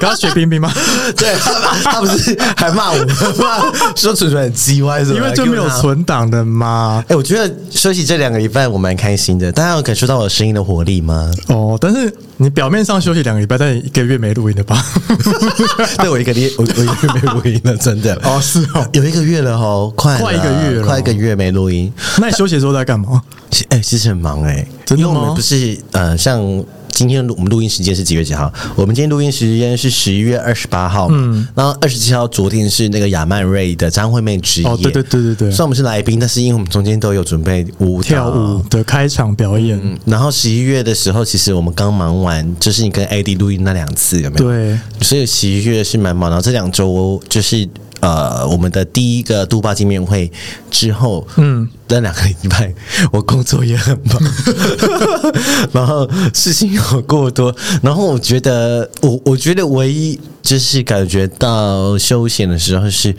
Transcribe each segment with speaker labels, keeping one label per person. Speaker 1: 刚刚学冰冰吗？
Speaker 2: 对，他他不是还骂我们骂说纯纯很鸡歪什么
Speaker 1: 因为就没有。存档的嘛。
Speaker 2: 哎、我觉得休息这两个礼拜我蛮开心的，大家有感受到我声音的活 力吗？
Speaker 1: 哦，但是你表面上休息两个礼拜，但一个月没录音了 吧？
Speaker 2: 对我一个月，我我一个月没录音了，真的
Speaker 1: 哦，是哦。
Speaker 2: 有一个月了哦，快了
Speaker 1: 快一个月了
Speaker 2: 快一个月没录音。
Speaker 1: 那你休息的时候在干嘛？
Speaker 2: 其哎、其实很忙哎、
Speaker 1: 真的
Speaker 2: 因为我
Speaker 1: 吗
Speaker 2: 们不是呃，像今天录我们录音时间是几月几号？我们今天录音时间是十一月二十八号，嗯，然后二十七号昨天是那个亚曼瑞的张惠妹之夜，
Speaker 1: 哦对对对对对
Speaker 2: 虽然我们是来宾，但是因为我们中间都有准备舞蹈
Speaker 1: 跳舞。的开场表演。
Speaker 2: 嗯然后十一月的时候，其实我们刚忙完，就是你跟 AD 录音那两次有没有？
Speaker 1: 对，
Speaker 2: 所以十一月是蛮忙，然后这两周就是呃，我们的第一个杜巴见面会之后，嗯，那两个礼拜我工作也很忙，然后事情有过多，然后我觉得我我觉得唯一就是感觉到休闲的时候是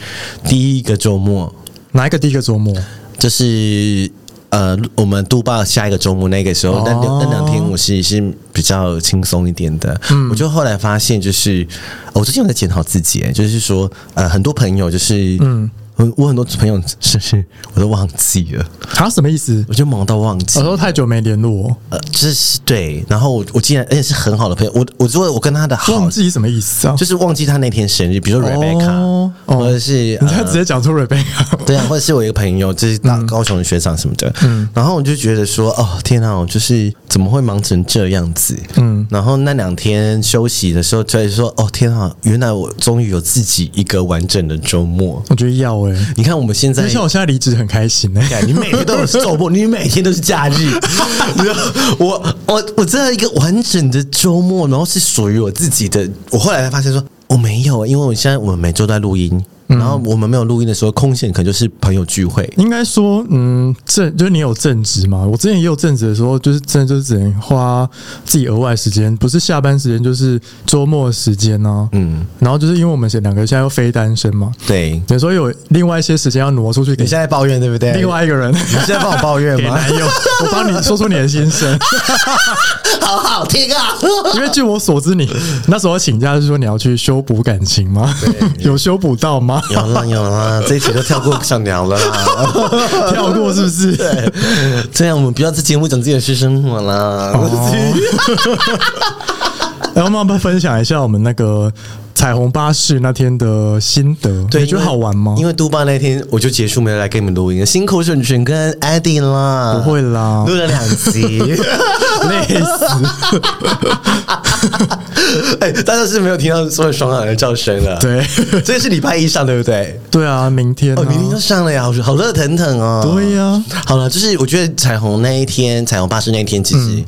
Speaker 2: 第一个周末，
Speaker 1: 哪一个第一个周末？
Speaker 2: 就是。呃，我们杜巴下一个周末那个时候，那两
Speaker 1: 哦
Speaker 2: 那两天我是是比较轻松一点的。
Speaker 1: 嗯
Speaker 2: 我就后来发现，就是哦我最近有在检讨自己，就是说，呃，很多朋友就是，嗯，我我很多朋友甚至我都忘记了，
Speaker 1: 他啊什么意思？
Speaker 2: 我就忙到忘记
Speaker 1: 我。说太久没联络，
Speaker 2: 呃，这是对，然后我我竟然而且是很好的朋友，我我如果我跟他的好
Speaker 1: 忘，记什么意思啊？
Speaker 2: 就是忘记他那天生日，比如说 Rebecca，、
Speaker 1: 哦哦
Speaker 2: 或者是
Speaker 1: 你就
Speaker 2: 呃
Speaker 1: 直接讲出 Rebecca，
Speaker 2: 对啊，或者是我一个朋友，就是大高雄的学长什么的，嗯，然后我就觉得说，哦，天啊，我就是怎么会忙成这样子？嗯，然后那两天休息的时候，就会说，哦，天啊，原来我终于有自己一个完整的周末。
Speaker 1: 我觉得要哎、欸，
Speaker 2: 你看我们现
Speaker 1: 因
Speaker 2: 在
Speaker 1: 为。像我现在离职很开心哎、欸。
Speaker 2: 干你每天都有周末，你每天都是假 日。你知道我我我这样一个完整的周末，然后是属于我自己的。我后来才发现说，我没有，因为我现在我们每周都在录音，然后我们没有录音的时候，空闲可能就是朋友聚会。
Speaker 1: 应该说，嗯，正就是你有正职嘛？我之前也有正职的时候，就是真的就是只能花自己额外时间，不是下班时间就是周末时间呢、啊。嗯，然后就是因为我们两个现在又非单身嘛，
Speaker 2: 对，
Speaker 1: 等于说有另外一些时间要挪出去给
Speaker 2: 你现在抱怨对不对？
Speaker 1: 另外一个人，
Speaker 2: 你现在帮我抱 怨
Speaker 1: 给
Speaker 2: 吗？
Speaker 1: 男友，我帮你说出你的心声。
Speaker 2: 好好听啊！
Speaker 1: 因为据我所知，你那时候请假是说你要去修补感情吗？有修补到 吗？
Speaker 2: 有啦有啦，这一集就跳过想聊了啦。
Speaker 1: 跳过是不是？
Speaker 2: 这样我们不要在节目讲自己的私生活啦。
Speaker 1: 哦然后慢慢分享一下我们那个彩虹巴士那天的心得，
Speaker 2: 对，
Speaker 1: 你觉得
Speaker 2: 因为
Speaker 1: 好玩吗？
Speaker 2: 因为杜巴那天我就结束没有来给你们录音，辛苦沈泉跟 Eddie 啦，
Speaker 1: 不会啊啦
Speaker 2: 录了两 集。
Speaker 1: 累死，
Speaker 2: 哎，大家是没有听到这么爽朗的叫声了。，
Speaker 1: 对
Speaker 2: 这是礼拜一上对不对？
Speaker 1: 对啊，明天、啊
Speaker 2: 哦，明天就上了呀，好好热腾腾哦。
Speaker 1: 对呀、
Speaker 2: 好了，就是我觉得彩虹那一天，彩虹巴士那一天，其实、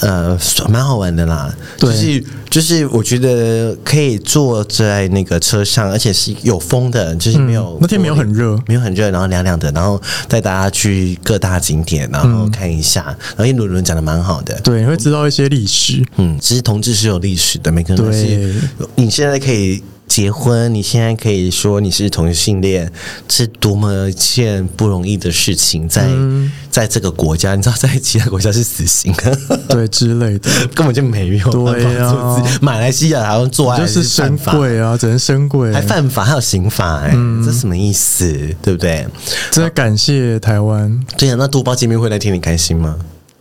Speaker 2: 呃算蛮好玩的啦。
Speaker 1: 嗯对
Speaker 2: 就是就是我觉得可以坐在那个车上，而且是有风的，就是没有、
Speaker 1: 嗯那天没有很热
Speaker 2: 没有很热，然后凉凉的，然后带大家去各大景点，然
Speaker 1: 嗯
Speaker 2: 后看一下，然后一轮轮讲的蛮好的。
Speaker 1: 对，你会知道一些历史。
Speaker 2: 嗯，其实同志是有历史的，每个人都是。你现在可以结婚，你现在可以说你是同性恋，是多么一件不容易的事情，在、
Speaker 1: 嗯
Speaker 2: 在这个国家，你知道，在其他国家是死刑，
Speaker 1: 对之类的，
Speaker 2: 根本就没有办法
Speaker 1: 对呀
Speaker 2: 做自己马来西亚好像做爱
Speaker 1: 就
Speaker 2: 还
Speaker 1: 是
Speaker 2: 犯
Speaker 1: 深
Speaker 2: 法。
Speaker 1: 贵嗯啊，只能深贵、
Speaker 2: 还犯法，还有刑法、哎、这什么意思？对不对？
Speaker 1: 真的感谢台湾
Speaker 2: 对呀、啊那多包见面会那天你开心吗？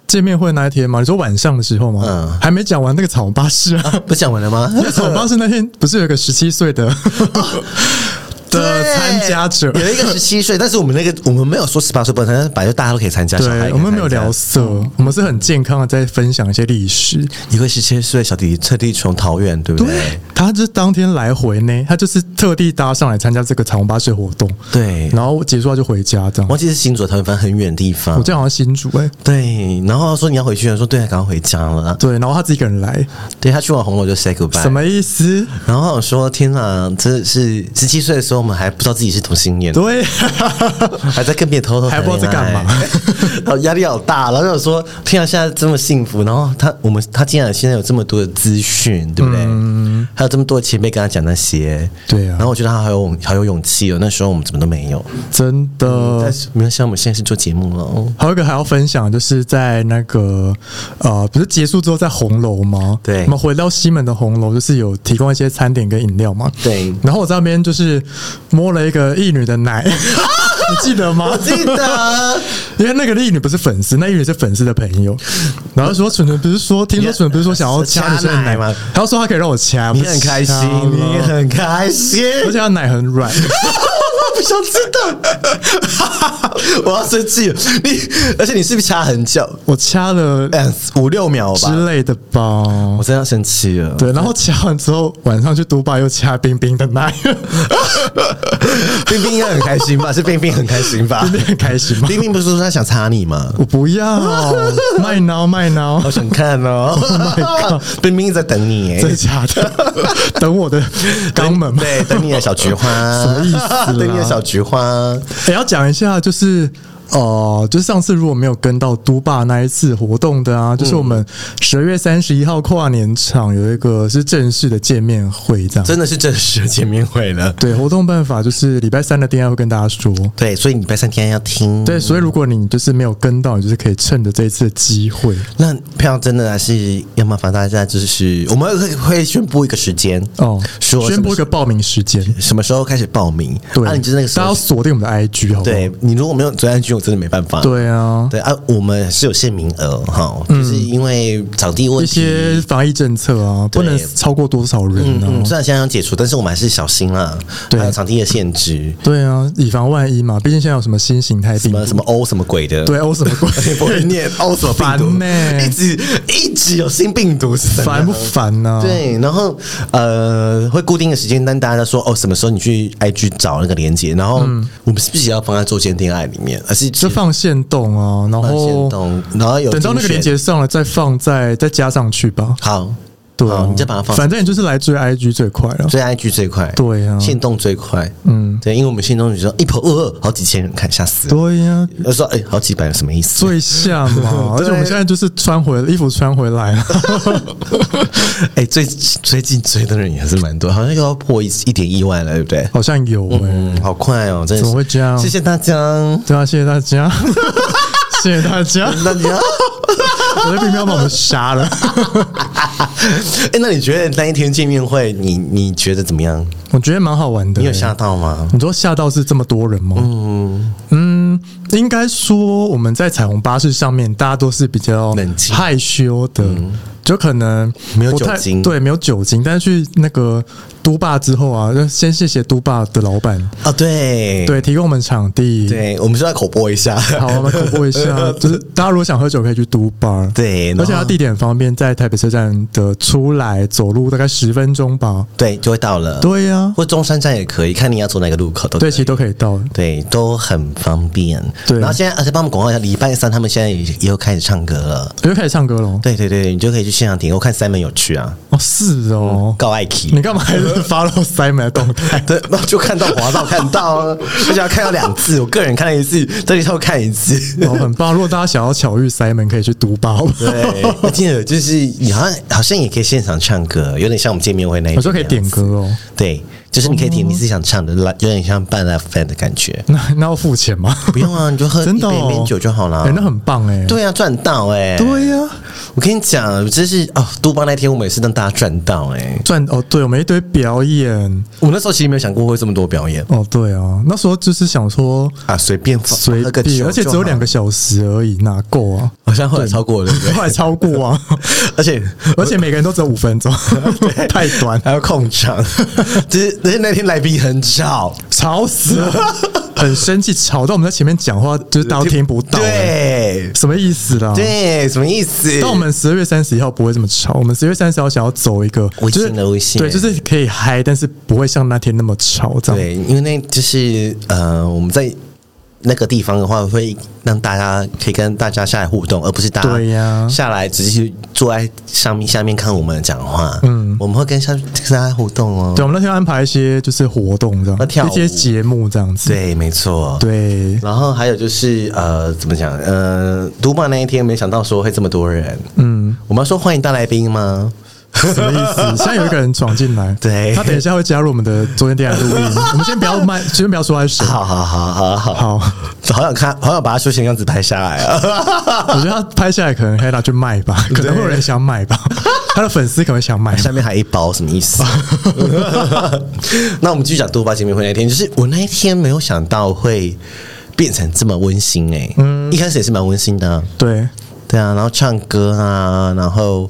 Speaker 1: 见面会那一天嘛，你说晚上的时候嘛，
Speaker 2: 嗯
Speaker 1: 还没讲完那个草巴士啊，
Speaker 2: 不讲完了吗？
Speaker 1: 那个草巴士那天不是有一个十七岁的 的
Speaker 2: 对
Speaker 1: 参加者？
Speaker 2: 有一个十七岁，但是我们那个我们没有说十八岁不能参加，本来就大家都可以参加。小孩也可以
Speaker 1: 对，我们没有
Speaker 2: 参加
Speaker 1: 聊色，我们是很健康的在分享一些历史。
Speaker 2: 一个十七岁小弟弟特地从桃园，对不对？
Speaker 1: 他就是当天来回呢，他就是特地搭上来参加这个彩虹巴士活动，
Speaker 2: 对，
Speaker 1: 然后结束他就回家这样。
Speaker 2: 忘记是新竹，台湾，反正很远的地方
Speaker 1: 我。这好像新竹哎、
Speaker 2: 对，然后说你要回去，我说对，啊赶快回家了。
Speaker 1: 对，然后他自己一个人来，
Speaker 2: 对他去完红楼就 say goodbye，
Speaker 1: 什么意思？
Speaker 2: 然后我说：“天哪，这是十七岁的时候，我们还不知道自己是同性恋，
Speaker 1: 对，
Speaker 2: 还在跟别人偷偷谈恋爱
Speaker 1: 还不知道在干嘛，
Speaker 2: 然后压力好大。然后我说：天啊，现在这么幸福，然后他我们他竟然现在有这么多的资讯，对不对？还有这么多前辈跟他讲那些，
Speaker 1: 嗯对啊哦
Speaker 2: 然后我觉得他好有勇好有勇气哦，那时候我们怎么都没有，
Speaker 1: 真的
Speaker 2: 但。是没有想到我 们现在是做节目了哦。”
Speaker 1: 还有一个还要分享，就是在那个呃，不是结束之后在红楼吗？
Speaker 2: 对
Speaker 1: 我们回到西门的红楼，就是有提供一些餐点跟饮料嘛。
Speaker 2: 对
Speaker 1: 然后我在那边就是摸了一个义女的 奶，你记得吗？
Speaker 2: 我记得，
Speaker 1: 因为那个丽女不是粉丝，那丽女是粉丝的朋友，然后说蠢蠢不是说，听说蠢蠢不是说想要掐你的奶
Speaker 2: 掐奶吗
Speaker 1: 吗？他说他可以让我掐，
Speaker 2: 你 很开心
Speaker 1: 我，就掐了
Speaker 2: 你很开心，
Speaker 1: 而且他奶很软，
Speaker 2: 我不想知道， 我要生气了。你，而且你是不是掐很久？
Speaker 1: 我掐 了
Speaker 2: 嗯，五六秒吧。
Speaker 1: 之类的吧。
Speaker 2: 我真的要生气了。
Speaker 1: 对，然后掐完之后，晚上去都巴又掐冰冰的 奶，
Speaker 2: 冰冰应该很开 心吧？是冰冰很开心吧
Speaker 1: 真？的很开心吗？
Speaker 2: 冰冰不是说她想插你吗？
Speaker 1: 我不 要，卖挠卖挠
Speaker 2: 好，想看哦冰冰一直在等你耶
Speaker 1: Oh 真，的假的？ 等我的肛门吗？
Speaker 2: 对，等你的小菊花，
Speaker 1: 什么意思啊啦
Speaker 2: 等你的小菊花。
Speaker 1: 也哎要讲一下，就是呃，就是上次如果没有跟到都霸那一次活动的
Speaker 2: 嗯
Speaker 1: 啊，就是我们十二月三十一号跨年场有一个是正式的见面会，这样。
Speaker 2: 真的是正式的见面会了。
Speaker 1: 对，活动办法就是礼拜三的电话会跟大家说。
Speaker 2: 对，所以礼拜三天要听。
Speaker 1: 对，所以如果你就是没有跟到，你就是可以趁着这一次的机会。
Speaker 2: 那票真的还是要麻烦大家，就是我们会会宣布一个时间
Speaker 1: 哦，
Speaker 2: 说
Speaker 1: 宣布一
Speaker 2: 什
Speaker 1: 个报名时间。
Speaker 2: 么什么时候开始报名。
Speaker 1: 对，
Speaker 2: 啊，你就是那个时
Speaker 1: 大家要
Speaker 2: 候。
Speaker 1: 锁定我们的 IG 好不好？
Speaker 2: 对你如果没有追安剧，我真的没办法。
Speaker 1: 对啊，
Speaker 2: 对啊，我们是有限名额哈，就是因为场地
Speaker 1: 嗯
Speaker 2: 问
Speaker 1: 一
Speaker 2: 题。
Speaker 1: 些防疫政策啊，不
Speaker 2: 对
Speaker 1: 能超过多少人啊
Speaker 2: 嗯
Speaker 1: 呢、
Speaker 2: 嗯，虽然现在要解除，但是我们还是小心啦。
Speaker 1: 对
Speaker 2: 还有场地的限制，
Speaker 1: 对啊，以防万一嘛，毕竟现在有什么新形态
Speaker 2: 什
Speaker 1: 病毒
Speaker 2: 么什么 O 什么鬼的，
Speaker 1: 对，，欧啊什么鬼？
Speaker 2: 不会念 O 什么病毒
Speaker 1: 烦呢
Speaker 2: 一直一直有新病毒是 怎样
Speaker 1: 烦不烦啊呢、，
Speaker 2: 对，然后呃，会固定的时间，但大家说哦，什么时候你去 IG 找那个连接，然后我们是不是也要放在做鉴定案里面，而是
Speaker 1: 嗯就放线动啊，然
Speaker 2: 放
Speaker 1: 后
Speaker 2: 先动，然后有
Speaker 1: 等到那个
Speaker 2: 精选
Speaker 1: 链接上了再放再再加上去吧。
Speaker 2: 好，
Speaker 1: 对
Speaker 2: 好
Speaker 1: 啊，
Speaker 2: 你再把它放上
Speaker 1: 反正你就是来追 IG 最快了。
Speaker 2: 追 IG 最快，
Speaker 1: 对啊
Speaker 2: 限动最快，嗯，对，因为我们限动你说一破二二，好几千人看，吓死了。
Speaker 1: 对呀、
Speaker 2: 我说哎、好几百什么意思？。
Speaker 1: 做一下嘛 而且我们现在就是穿回衣服穿回来了，啊
Speaker 2: 哎、最最近追的人也是蛮多，好像又要破一一点一万了，对不对？
Speaker 1: 好像有哎、
Speaker 2: 嗯，好快哦，真的是
Speaker 1: 怎么会这样
Speaker 2: 谢谢大家，
Speaker 1: 对啊，谢谢大家， 谢谢大家。
Speaker 2: 大家。
Speaker 1: 我的冰喵把我们杀了，
Speaker 2: 哎、那你觉得那一天见面会，你你觉得怎么样？
Speaker 1: 我觉得蛮好玩的、
Speaker 2: 你有吓到吗？
Speaker 1: 你说吓到是这么多人吗？嗯应该说我们在彩虹巴士上面，大家都是比较
Speaker 2: 冷静嗯
Speaker 1: 害羞的，就可能
Speaker 2: 没有
Speaker 1: 不太
Speaker 2: 酒精
Speaker 1: 对，没有酒精。但是去那个都霸之后啊，就先谢谢都霸的老板，
Speaker 2: 啊，对
Speaker 1: 对，提供我们场地。
Speaker 2: 对，我们是要口播一下。
Speaker 1: 好，我们公布一下，就是大家如果想喝酒，可以去都霸。
Speaker 2: 对然后
Speaker 1: 而且它地点很方便，在台北车站的出来走路大概十分钟吧。
Speaker 2: 对，就会到了。，
Speaker 1: 对呀、
Speaker 2: 或中山站也可以，看你要走哪个路口都可以
Speaker 1: 对，其实都可以到。
Speaker 2: 对，都很方便。
Speaker 1: 对啊
Speaker 2: 然后现在而且帮我们广告一下，礼拜三他们现在也也有开始唱歌了。
Speaker 1: 我就开始唱歌了。
Speaker 2: 对对对，你就可以去现场听。我看 Simon 有去啊，
Speaker 1: 哦，是哦。
Speaker 2: 告艾 k
Speaker 1: 你干嘛还是 follow Simon 的动 态？
Speaker 2: 对，那就看到滑到看到啊，而且要看到两次，我个人看了一次，这里头看一次。
Speaker 1: 哦，很棒！如果大家想要巧遇 Simon，可以去读吧。
Speaker 2: 对，哎而且就是你好像好像也可以现场唱歌，有点像我们见面会那一种。
Speaker 1: 我说可以点。歌哦，
Speaker 2: 对，就是你可以点你自己想唱的，来有点像半 live band 的感觉。
Speaker 1: 那那要付钱吗？
Speaker 2: 不用啊，你就喝一
Speaker 1: 真的、
Speaker 2: 杯
Speaker 1: 哦
Speaker 2: 一，杯酒就好啦
Speaker 1: 哎。那很棒哎、
Speaker 2: 对啊，赚到哎、
Speaker 1: 对啊呀、
Speaker 2: 我跟你讲，这是哦，杜邦那天我们也是让大家赚到哎、
Speaker 1: 赚哦，对，我们一堆表演
Speaker 2: 我那时候其实没有想过会这么多表演
Speaker 1: 哦，对啊，那时候就是想说
Speaker 2: 啊，随便放
Speaker 1: 随
Speaker 2: 喝个酒就
Speaker 1: 便，
Speaker 2: 好，
Speaker 1: 而且只有两个小时而已，哪够啊？
Speaker 2: 好像后来超过了，对不
Speaker 1: 后
Speaker 2: 对？
Speaker 1: 来超过啊，
Speaker 2: 而且
Speaker 1: 而且每个人都只有五分钟，太短，
Speaker 2: 还要控场，就是而且那天来宾很吵，
Speaker 1: 吵死了。很生气，吵到我们在前面讲话，就是大家都听不到、欸，
Speaker 2: 对
Speaker 1: 什么意思啦？
Speaker 2: 对，什么意思？
Speaker 1: 但我们十二月三十一号不会这么吵，我们十月三十号想要走一个
Speaker 2: 微
Speaker 1: 就是
Speaker 2: 信的微信
Speaker 1: 对，就是可以嗨，但是不会像那天那么吵这样。
Speaker 2: 对，因为那就是呃，我们在那个地方的话，会让大家可以跟大家下来互动，而不是大
Speaker 1: 对
Speaker 2: 家
Speaker 1: 呀
Speaker 2: 下来只是坐在上面下面看我们讲话。嗯，我们会跟下跟大家互动哦
Speaker 1: 对，。我们那天安排一些就是活动这
Speaker 2: 要跳
Speaker 1: 样，一
Speaker 2: 舞
Speaker 1: 些节目这样子。
Speaker 2: 对，没错。。
Speaker 1: 对，
Speaker 2: 然后还有就是呃，怎么讲？呃，读马那一天，没想到说会这么多人。嗯，我们要说欢迎大来宾吗？
Speaker 1: 什么意 思？现在有一个人闯进来，
Speaker 2: 对
Speaker 1: 他等一下会加入我们的昨天电台录音。我们先不要卖，先不要说他是谁。
Speaker 2: 好好好好
Speaker 1: 好，
Speaker 2: 好，好想看，好想把它休闲样子拍下来啊！
Speaker 1: 我觉得他拍下来可能还拿去卖 吧，可能会有人想买吧，他的粉丝可能想买。
Speaker 2: 下面还一包，什么意思？ 那我们继续讲多巴姐妹会那天，就是我那一天没有想到会变成这么温馨哎、嗯，一开始也是蛮温馨的啊、
Speaker 1: 对，
Speaker 2: 对啊，然后唱歌啊，然后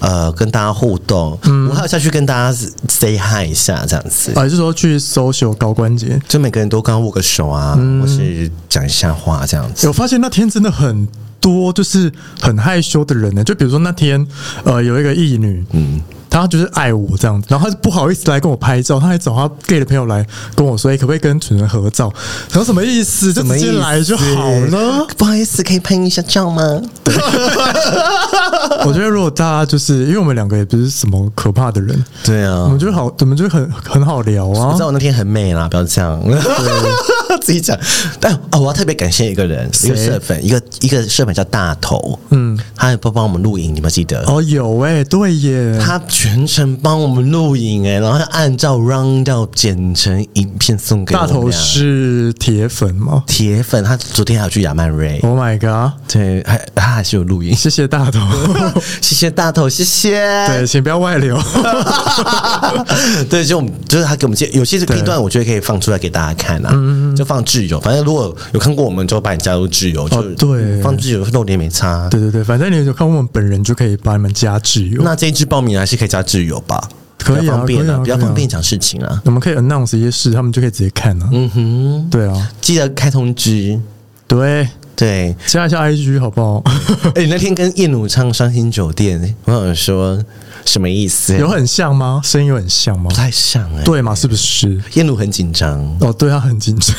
Speaker 2: 呃跟大家互动，我还有下去跟大家 say hi 一下这样子，
Speaker 1: 啊，就是说去 social 高关节。
Speaker 2: 就每个人都刚握个手啊，
Speaker 1: 嗯
Speaker 2: 或是讲一下话这样子。
Speaker 1: 有发现那天真的很多，就是很害羞的人呢。就比如说那天，呃，有一个义女，嗯，她就是爱我这样子，然后她就不好意思来跟我拍照，她还找她 gay 的朋友来跟我说，哎、可不可以跟蠢人合照？然后什么意思？就
Speaker 2: 什么
Speaker 1: 直
Speaker 2: 意
Speaker 1: 接
Speaker 2: 思
Speaker 1: 来就好 了。？
Speaker 2: 不好意思，可以拍一下照吗？
Speaker 1: 我觉得如果大家就是因为我们两个也不是什么可怕的人，
Speaker 2: 对啊，
Speaker 1: 我们就好，我们就很很好聊
Speaker 2: 我
Speaker 1: 啊
Speaker 2: 知。道我那天很美啦，不要这样， 自己讲。但哦，我要特别感谢一个人，一个社粉，一个一个社粉叫大头，嗯，他也帮帮我们录影，你们记得？
Speaker 1: 哦，有哎、对耶，
Speaker 2: 他全程帮我们录影哎、然后他按照 round down 剪成影片送给我
Speaker 1: 大
Speaker 2: 们
Speaker 1: 头
Speaker 2: 俩
Speaker 1: 是铁粉吗
Speaker 2: 铁粉，他昨天还有去亚曼瑞，
Speaker 1: ？Oh my god！
Speaker 2: 对，还他还是有录影。
Speaker 1: 谢谢大 头，
Speaker 2: 谢谢大头，谢谢。
Speaker 1: 对，请不要外流。
Speaker 2: 对，就我们就是他给我们介，有些是片
Speaker 1: 对
Speaker 2: 段，我觉得可以放出来给大家看啊，
Speaker 1: 嗯
Speaker 2: 就放挚友。反正如果有看过我们，就把你加入挚友，就
Speaker 1: 哦对
Speaker 2: 放挚友露脸没差。
Speaker 1: 对对对，反正你有看过我们本人就可以把你们加挚友。
Speaker 2: 那这一支报名还啊是可以加挚友吧？
Speaker 1: 可以啊
Speaker 2: 比较方便
Speaker 1: 可以啊
Speaker 2: 比较
Speaker 1: 可以啊
Speaker 2: 方便讲事情啊。
Speaker 1: 我们可以 announce 一些事，他们就可以直接看了、
Speaker 2: 嗯哼，
Speaker 1: 对啊，
Speaker 2: 记得开通知。
Speaker 1: 对，
Speaker 2: 对，
Speaker 1: 加一下 IG 好不好？
Speaker 2: 哎、那天跟叶努唱《伤心酒店》，我想说什么意思？
Speaker 1: 有很像吗？声音有很像吗
Speaker 2: 不？太像哎、
Speaker 1: 对嘛？是不是？。
Speaker 2: 叶努很紧张 哎
Speaker 1: 哦，对他很紧张，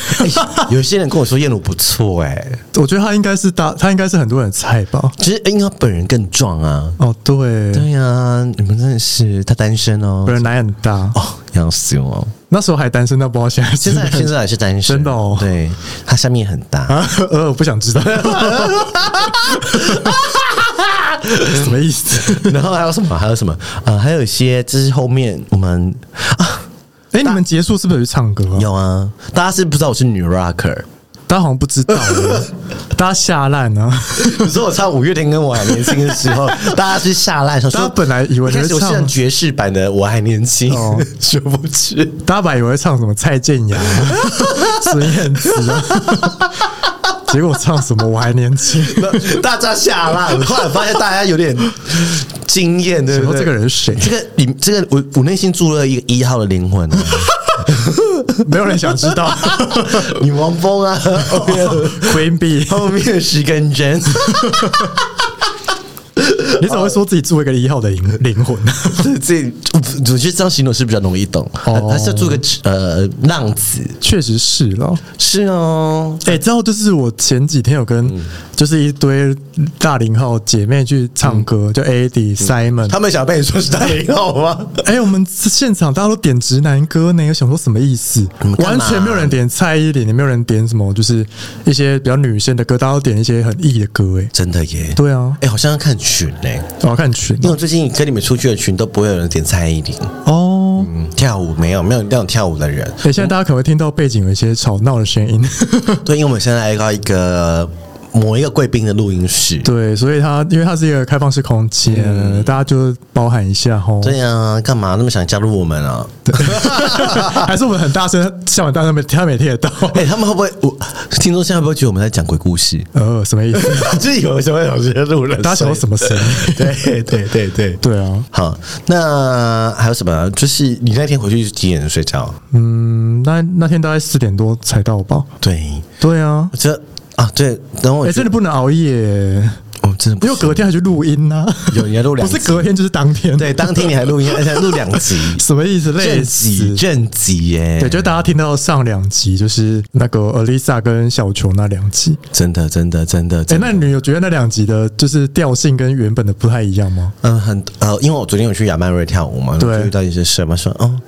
Speaker 2: 有些人跟我说叶努不错哎、
Speaker 1: 我觉得他应该是大，他应该是很多人的菜吧？
Speaker 2: 其实应该本人更壮啊。
Speaker 1: 哦，对，
Speaker 2: 对呀、你们真的是他单身哦
Speaker 1: 本，人奶很大，
Speaker 2: 哦，要死哦！
Speaker 1: 那时候还单身，但不知道现在
Speaker 2: 现 在现在还是单身，
Speaker 1: 真的哦
Speaker 2: 对，他下面很大，
Speaker 1: 啊， 呃，我不想知道，什么意思？
Speaker 2: 然后还有什么？还有什么？呃，还有一些就是后面我们啊
Speaker 1: 哎、你们结束是不是有去唱歌啊？
Speaker 2: 有啊，大家是不是不知道我是女 rocker，
Speaker 1: 大家好像不知道耶，大家吓烂 啊！
Speaker 2: 你说我唱五月天跟我还年轻的时 候，大家是下烂，想
Speaker 1: 大
Speaker 2: 说
Speaker 1: 家本来以为
Speaker 2: 一
Speaker 1: 你
Speaker 2: 开
Speaker 1: 会
Speaker 2: 始我是
Speaker 1: 唱
Speaker 2: 唱，爵士版的，我还年轻
Speaker 1: 哦，
Speaker 2: 说不去。
Speaker 1: 大家本来以为会唱什么蔡健雅、啊 孙燕姿啊，结果唱什么我还年轻，
Speaker 2: 大家吓烂，后来发现大家有点惊艳，对
Speaker 1: 然
Speaker 2: 不
Speaker 1: 后
Speaker 2: 对？
Speaker 1: 这个人是
Speaker 2: 这
Speaker 1: 谁？
Speaker 2: 个你这个我我内心住了一个一号的灵魂、啊，
Speaker 1: 没有人想知 道。
Speaker 2: 女王蜂啊，后面
Speaker 1: Queen B，
Speaker 2: 后面有十根针，
Speaker 1: 你怎么会说自己做一个一号的灵灵魂？
Speaker 2: 这 这我我觉得这样形容是比较容易懂，
Speaker 1: 哦
Speaker 2: 他是做个呃浪子，
Speaker 1: 确实是了。
Speaker 2: 是哦，
Speaker 1: 哎、之后就是我前几天有跟
Speaker 2: 嗯
Speaker 1: 就是一堆大零号姐妹去唱歌，就 AD、Simon，
Speaker 2: 嗯他们想被你说是大零号吗？
Speaker 1: 哎、我们现场大家都点直男歌呢，我想说什么意思
Speaker 2: 你们？干
Speaker 1: 完
Speaker 2: 嘛
Speaker 1: 全没有人点蔡依林，也没有人点什么，就是一些比较女性的歌，大家都点一些很 E 的歌、哎，
Speaker 2: 真的耶，
Speaker 1: 对啊
Speaker 2: 哎、，好像要看群哎、
Speaker 1: 我要看群
Speaker 2: 因为我最近跟你们出去的群都不会有人点蔡依林，
Speaker 1: 哦。
Speaker 2: 嗯，跳舞没有没有那种跳舞的 人，嗯
Speaker 1: 哎、现在大家可能会听到背景有一些吵闹的声音，
Speaker 2: 对，因为我们现在来到一个某一个贵宾的录音室。
Speaker 1: 对，所以它因为它是一个开放式空间，大家就包含一下哦吼。
Speaker 2: 嗯对呀、干嘛那么想加入我们啊？
Speaker 1: 还是我们很大声，像很大声，没他没听得 到。
Speaker 2: 哎、他们会不会？我听众现在会不会觉得我们在讲鬼 故事？
Speaker 1: 呃，什么意思？
Speaker 2: 就是有什么有些路人，
Speaker 1: 大家想要什么声音？
Speaker 2: 对对对对。
Speaker 1: 对啊，
Speaker 2: 好，那还有什么？就是你那天回去是几点睡觉？
Speaker 1: 嗯，那那天大概四点多才到吧？
Speaker 2: 对，
Speaker 1: 对啊
Speaker 2: 我，觉得啊，对，然后我
Speaker 1: 哎、
Speaker 2: 觉
Speaker 1: 真
Speaker 2: 得
Speaker 1: 的不能熬夜，
Speaker 2: 我真的不
Speaker 1: 因为隔天还去录音呢、
Speaker 2: 有人家录
Speaker 1: 不
Speaker 2: 两
Speaker 1: 是
Speaker 2: 集，
Speaker 1: 隔天就是当天。
Speaker 2: 对，当天你还录音，而且还录两集，
Speaker 1: 什么意思？ 累
Speaker 2: 正集
Speaker 1: 死！
Speaker 2: 正集耶，
Speaker 1: 对，就是大家听到上两集，就是那个 Alisa 跟小球那两集。
Speaker 2: 真的真的真的
Speaker 1: 哎、
Speaker 2: 真的，
Speaker 1: 那你有觉得那两集的就是调性跟原本的不太一样吗？
Speaker 2: 嗯，很呃，因为我昨天有去亚曼瑞跳舞嘛，
Speaker 1: 对
Speaker 2: 就遇到一些事嘛，说哦，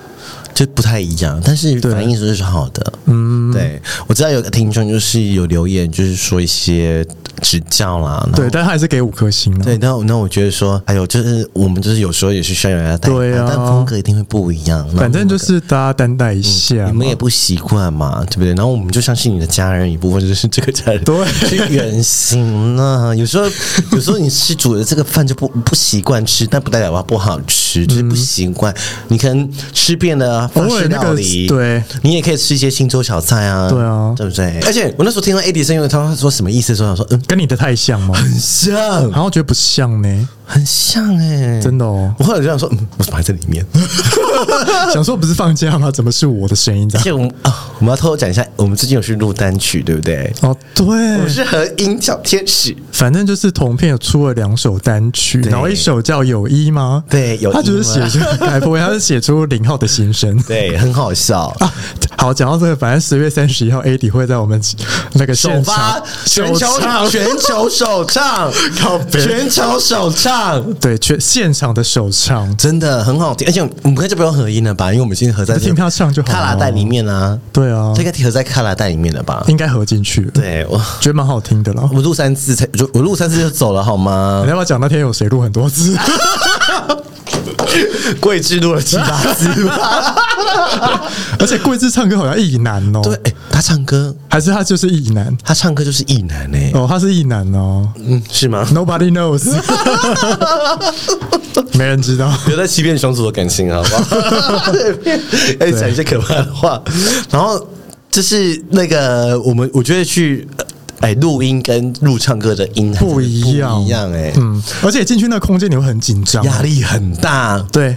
Speaker 2: 就不太一样，但是
Speaker 1: 对
Speaker 2: 反应是是好的。嗯，对，我知道有个听众就是有留言，就是说一些指教啦，然后
Speaker 1: 对，但他还是给五颗星啊。
Speaker 2: 哦对，那我那我觉得说，还有就是我们就是有时候也是需要有人来带
Speaker 1: 对
Speaker 2: 领
Speaker 1: 啊
Speaker 2: 但风格一定会不一样。
Speaker 1: 反正就
Speaker 2: 然后
Speaker 1: 是大家担待一下嘛。
Speaker 2: 嗯你们也不习惯嘛，对不对？然后我们就像是你的家人一部分，就是这个家人
Speaker 1: 对
Speaker 2: 是远行啊。有 时候，有时候你吃煮的这个饭就不不习惯吃，但不代表它不好吃，就是不习惯。你可能吃遍了法
Speaker 1: 偶尔
Speaker 2: 式
Speaker 1: 那
Speaker 2: 料
Speaker 1: 个
Speaker 2: 理，
Speaker 1: 对，
Speaker 2: 你也可以吃一些新州小菜啊，
Speaker 1: 对啊
Speaker 2: 对不对？而且我那时候听到 AD 声音，他说什么意思的时候，我想说嗯，
Speaker 1: 跟你的太像 吗？
Speaker 2: 很像，
Speaker 1: 然后觉得不像呢，
Speaker 2: 很像哎、
Speaker 1: 真的哦。
Speaker 2: 我后来就想说，嗯，我怎么还在里 面？
Speaker 1: 想说不是放假吗？怎么是我的声音这
Speaker 2: 而
Speaker 1: 样？
Speaker 2: 且我们啊，我们要偷偷讲一下，我们最近有去录单曲，对不对？
Speaker 1: 哦，
Speaker 2: 我们
Speaker 1: 对，
Speaker 2: 是和音小天使，
Speaker 1: 反正就是同片有出了两首单曲，
Speaker 2: 对
Speaker 1: 然后一首叫《友谊》吗？
Speaker 2: 对友谊
Speaker 1: 他就是写
Speaker 2: 吗
Speaker 1: 出，该不会他是写出林浩的心声？
Speaker 2: 对，很好笑。
Speaker 1: 啊，好，讲到这个，反正十月三十一号 AD 会在我们那个
Speaker 2: 首
Speaker 1: 现
Speaker 2: 发
Speaker 1: 场
Speaker 2: 全
Speaker 1: 首
Speaker 2: 球
Speaker 1: 唱
Speaker 2: 全球首唱，
Speaker 1: 北
Speaker 2: 全球首唱，
Speaker 1: 对全现场的首唱，
Speaker 2: 真的很好听。而且我们可以就不用合音了吧，因为我们今天合在
Speaker 1: 就听他唱就好了
Speaker 2: 卡拉带里面啊，
Speaker 1: 对啊
Speaker 2: 这，个合在卡拉带里面了吧？
Speaker 1: 应该合进去了，
Speaker 2: 对嗯我，
Speaker 1: 觉得蛮好听的啦。
Speaker 2: 我录三次才，就我录三次就走了好吗
Speaker 1: 你？要不要讲那天有谁录很多次？
Speaker 2: 桂枝录了七八次吧。
Speaker 1: 而且桂枝唱歌好像一男哦，
Speaker 2: 对，， 哎他唱歌，
Speaker 1: 还是他就是一男？
Speaker 2: 他唱歌就是意男哎，
Speaker 1: 哦，他是一男哦
Speaker 2: 嗯，是吗？
Speaker 1: ，Nobody knows，没人知道。
Speaker 2: 别再欺骗双族的感情，好不 好？哎，讲一些可怕的话。然后就是那个，我们我觉得去呃哎录音跟录唱歌的音还是
Speaker 1: 不一样
Speaker 2: 不一样哎，
Speaker 1: 嗯，而且进去那个空间你会很紧张，
Speaker 2: 压力很大。
Speaker 1: 对。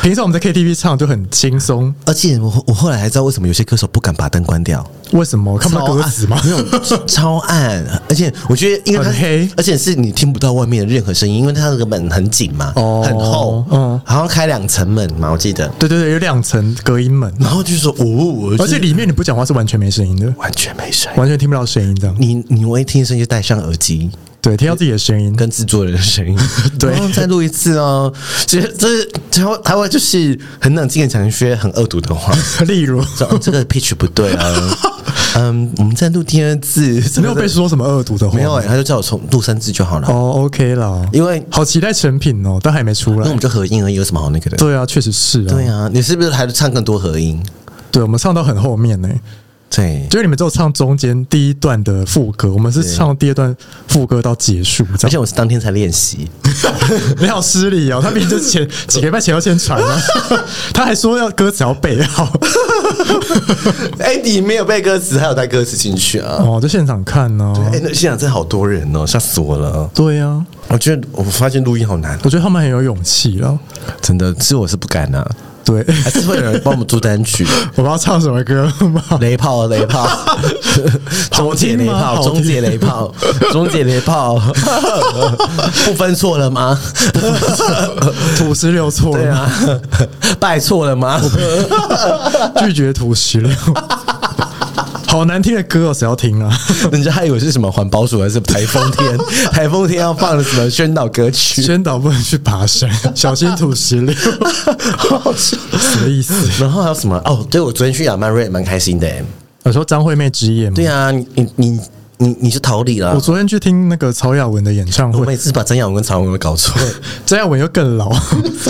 Speaker 1: 平常我们在 KTV 唱就很轻松，
Speaker 2: 而且我后我后来还知道为什么有些歌手不敢把灯关掉，
Speaker 1: 为什么看不到歌词吗？
Speaker 2: 没有超暗，而且我觉得因为它
Speaker 1: 很黑
Speaker 2: 而且是你听不到外面的任何声音，因为它那个门很紧嘛，
Speaker 1: 哦
Speaker 2: 很厚，嗯
Speaker 1: 嗯，
Speaker 2: 好像开两层门嘛，我记得。
Speaker 1: 对对对，有两层隔音门，
Speaker 2: 然后就说哦，
Speaker 1: 而且里面你不讲话是完全没声音的，
Speaker 2: 完全没声音。
Speaker 1: 完全听不到声音这样。
Speaker 2: 你你唯一听声音就戴上耳机，
Speaker 1: 对，听到自己的声音，
Speaker 2: 跟制作人的声 音，
Speaker 1: 对
Speaker 2: 然后再录一次哦。其实这是台湾台湾就是很冷静的讲一些很恶毒的 话，
Speaker 1: 例如
Speaker 2: 说、哦、这个 pitch 不对 啊，嗯，我们再录第二次，
Speaker 1: 没有被说什么恶毒的话，
Speaker 2: 没有哎、他就叫我重录三次就好了，
Speaker 1: 哦，OK 啦，
Speaker 2: 因为
Speaker 1: 好期待成品哦，但还没出
Speaker 2: 那我
Speaker 1: 来
Speaker 2: 们。就合音而已，有什么好那个的？
Speaker 1: 对啊，确实是啊，
Speaker 2: 对啊，你是不是还唱更多合音？
Speaker 1: 对我们唱到很后面呢、
Speaker 2: 对，
Speaker 1: 就是你们只有唱中间第一段的副歌，我们是唱第二段副歌到结束这
Speaker 2: 而且
Speaker 1: 样。
Speaker 2: 我是当天才练习，
Speaker 1: 你好失礼哦，他明明就是 前几个礼拜前要先传了， 他还说要歌词要背哦好
Speaker 2: 哎、你没有背歌词，还有带歌词进去啊？
Speaker 1: 哦，就现场看呢、
Speaker 2: 哎、那现场真的好多人哦，吓死我了！
Speaker 1: 对啊，
Speaker 2: 我觉得我发现录音好难，啊
Speaker 1: 我觉得他们很有勇气了。
Speaker 2: 真的，是我是不敢啊，
Speaker 1: 对，
Speaker 2: 还是会有人帮我们做单曲，
Speaker 1: 我不知道唱什么歌吗？
Speaker 2: 雷炮，啊雷 炮，终结雷炮，
Speaker 1: 好听吗
Speaker 2: 终结雷炮，终结雷炮， 不分错了吗？
Speaker 1: 土石流错
Speaker 2: 对
Speaker 1: 了，
Speaker 2: 啊，拜错了吗？
Speaker 1: 拒绝土石 流。好难听的歌哦，谁要听啊？
Speaker 2: 人家还以为是什么环保署还是台风 天，台风天要放的什么宣导歌曲，
Speaker 1: 宣导不能去爬山，小心土石流，
Speaker 2: 好好笑。
Speaker 1: 什么意思？
Speaker 2: 然后还有什么？哦，对，我昨天去亚曼瑞蛮开心的、欸。
Speaker 1: 我说张惠妹之夜吗？
Speaker 2: 对啊，你你你你你就逃离了
Speaker 1: 我。昨天去听那个曹雅文的演唱
Speaker 2: 我
Speaker 1: 会，
Speaker 2: 每次把曾雅文跟曹文文搞错，
Speaker 1: 曹雅文又更老。哎、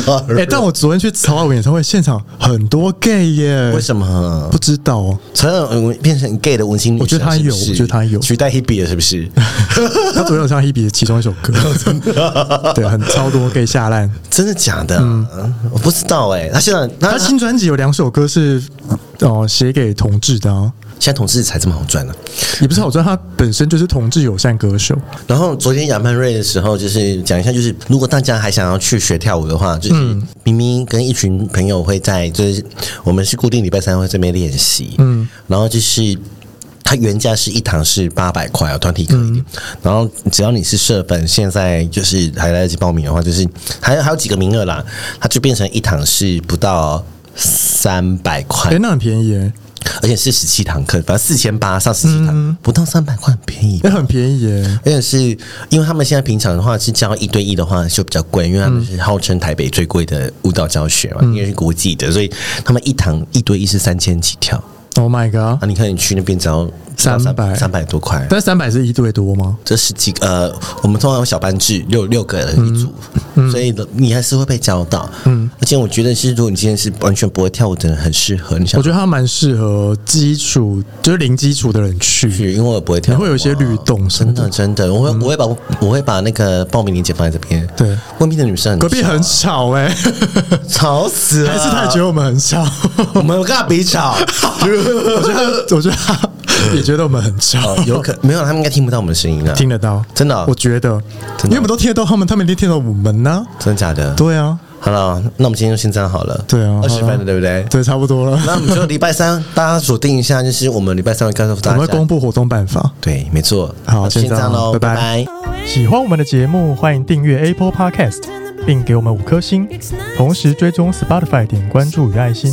Speaker 2: Sorry
Speaker 1: 但我昨天去曹雅文演唱会现场，很多 gay 耶，
Speaker 2: 为什么
Speaker 1: 不？知道 哦，
Speaker 2: 曹雅文变成 gay 的文青女神
Speaker 1: 我觉得她有
Speaker 2: 是不是
Speaker 1: 我觉得她有
Speaker 2: 取代 Hebe 了，是 不是？
Speaker 1: 他昨天有唱 Hebe 的其中一首歌， 对，很超多 gay 下烂。
Speaker 2: 真的假的？嗯我不知道哎、他现在 他
Speaker 1: 嗯他
Speaker 2: 现
Speaker 1: 新专辑有两首歌是哦写给同志的、啊，
Speaker 2: 在同志才这么好赚呢、啊
Speaker 1: 也不是好专，他本身就是同志友善歌手。
Speaker 2: 然后昨天亚曼瑞的时候，就是讲一下，就是如果大家还想要去学跳舞的话，就是明明跟一群朋友会在，就是我们是固定礼拜三会这边练习，嗯，然后就是。它原价是一堂是八百块啊，团体课一点。然后只要你是社本，现在就是还来得及报名的话，就是还有还有几个名额啦，它就变成一堂是不到三百块
Speaker 1: 哎、，那很便宜耶，
Speaker 2: 而且是十七堂课，反正四千八上十七堂，不到三百块，很便宜吧
Speaker 1: 哎、很便宜耶。
Speaker 2: 而且是因为他们现在平常的话是教一对一的话就比较贵，因为他们是号称台北最贵的舞蹈教学嘛，
Speaker 1: 嗯
Speaker 2: 因为是国际的，所以他们一堂一对一是三千起跳。
Speaker 1: Oh my god！
Speaker 2: 啊，你看你去那边只要
Speaker 1: 300
Speaker 2: 三百多块，
Speaker 1: 但三百是一对多吗？
Speaker 2: 这十几个呃，我们通常有小班制，六六个人一组，
Speaker 1: 嗯
Speaker 2: 所以你还是会被教到。嗯，而且我觉得是，如果你今天是完全不会跳舞的人，很适合你想
Speaker 1: 我觉得他蛮适合基础，就是零基础的人去，
Speaker 2: 去，因为我不会跳
Speaker 1: 你
Speaker 2: 舞啊，
Speaker 1: 会有一些律动什么
Speaker 2: 真
Speaker 1: 的。
Speaker 2: 的真的，我会我会把我会把那个报名链接放在这边。
Speaker 1: 对，
Speaker 2: 外面的女生
Speaker 1: 隔壁
Speaker 2: 少
Speaker 1: 很吵哎、
Speaker 2: 吵死了！
Speaker 1: 还是他也觉得我们很 吵？
Speaker 2: 我们有跟他 比吵，
Speaker 1: 我觉得他，我觉得他也觉得我们很吵，
Speaker 2: 哦有可没有？他们应该听不到我们的声音啊！
Speaker 1: 听得到，
Speaker 2: 真的哦
Speaker 1: 我觉得，因为我们都听得到他们，他们一定听得到我们呢、
Speaker 2: 真的假的？
Speaker 1: 对啊，
Speaker 2: 好了，那我们今天就先这样好了。
Speaker 1: 对啊
Speaker 2: 二十
Speaker 1: 好
Speaker 2: 分
Speaker 1: 啊
Speaker 2: 了，对不对？
Speaker 1: 对，差不多了。
Speaker 2: 那我们就礼拜 三，大家锁定一下，就是我们礼拜三会告诉
Speaker 1: 我
Speaker 2: 大
Speaker 1: 们会
Speaker 2: 家
Speaker 1: 公。布活动办法。
Speaker 2: 对，没错。
Speaker 1: 好
Speaker 2: 那
Speaker 1: 先
Speaker 2: 先这
Speaker 1: 这样
Speaker 2: 样喽，
Speaker 1: 拜拜
Speaker 2: 拜拜。
Speaker 1: 喜欢我们的节目，欢迎订阅 Apple Podcast，并给我们五颗星，同时追踪 Spotify 点关注与爱心。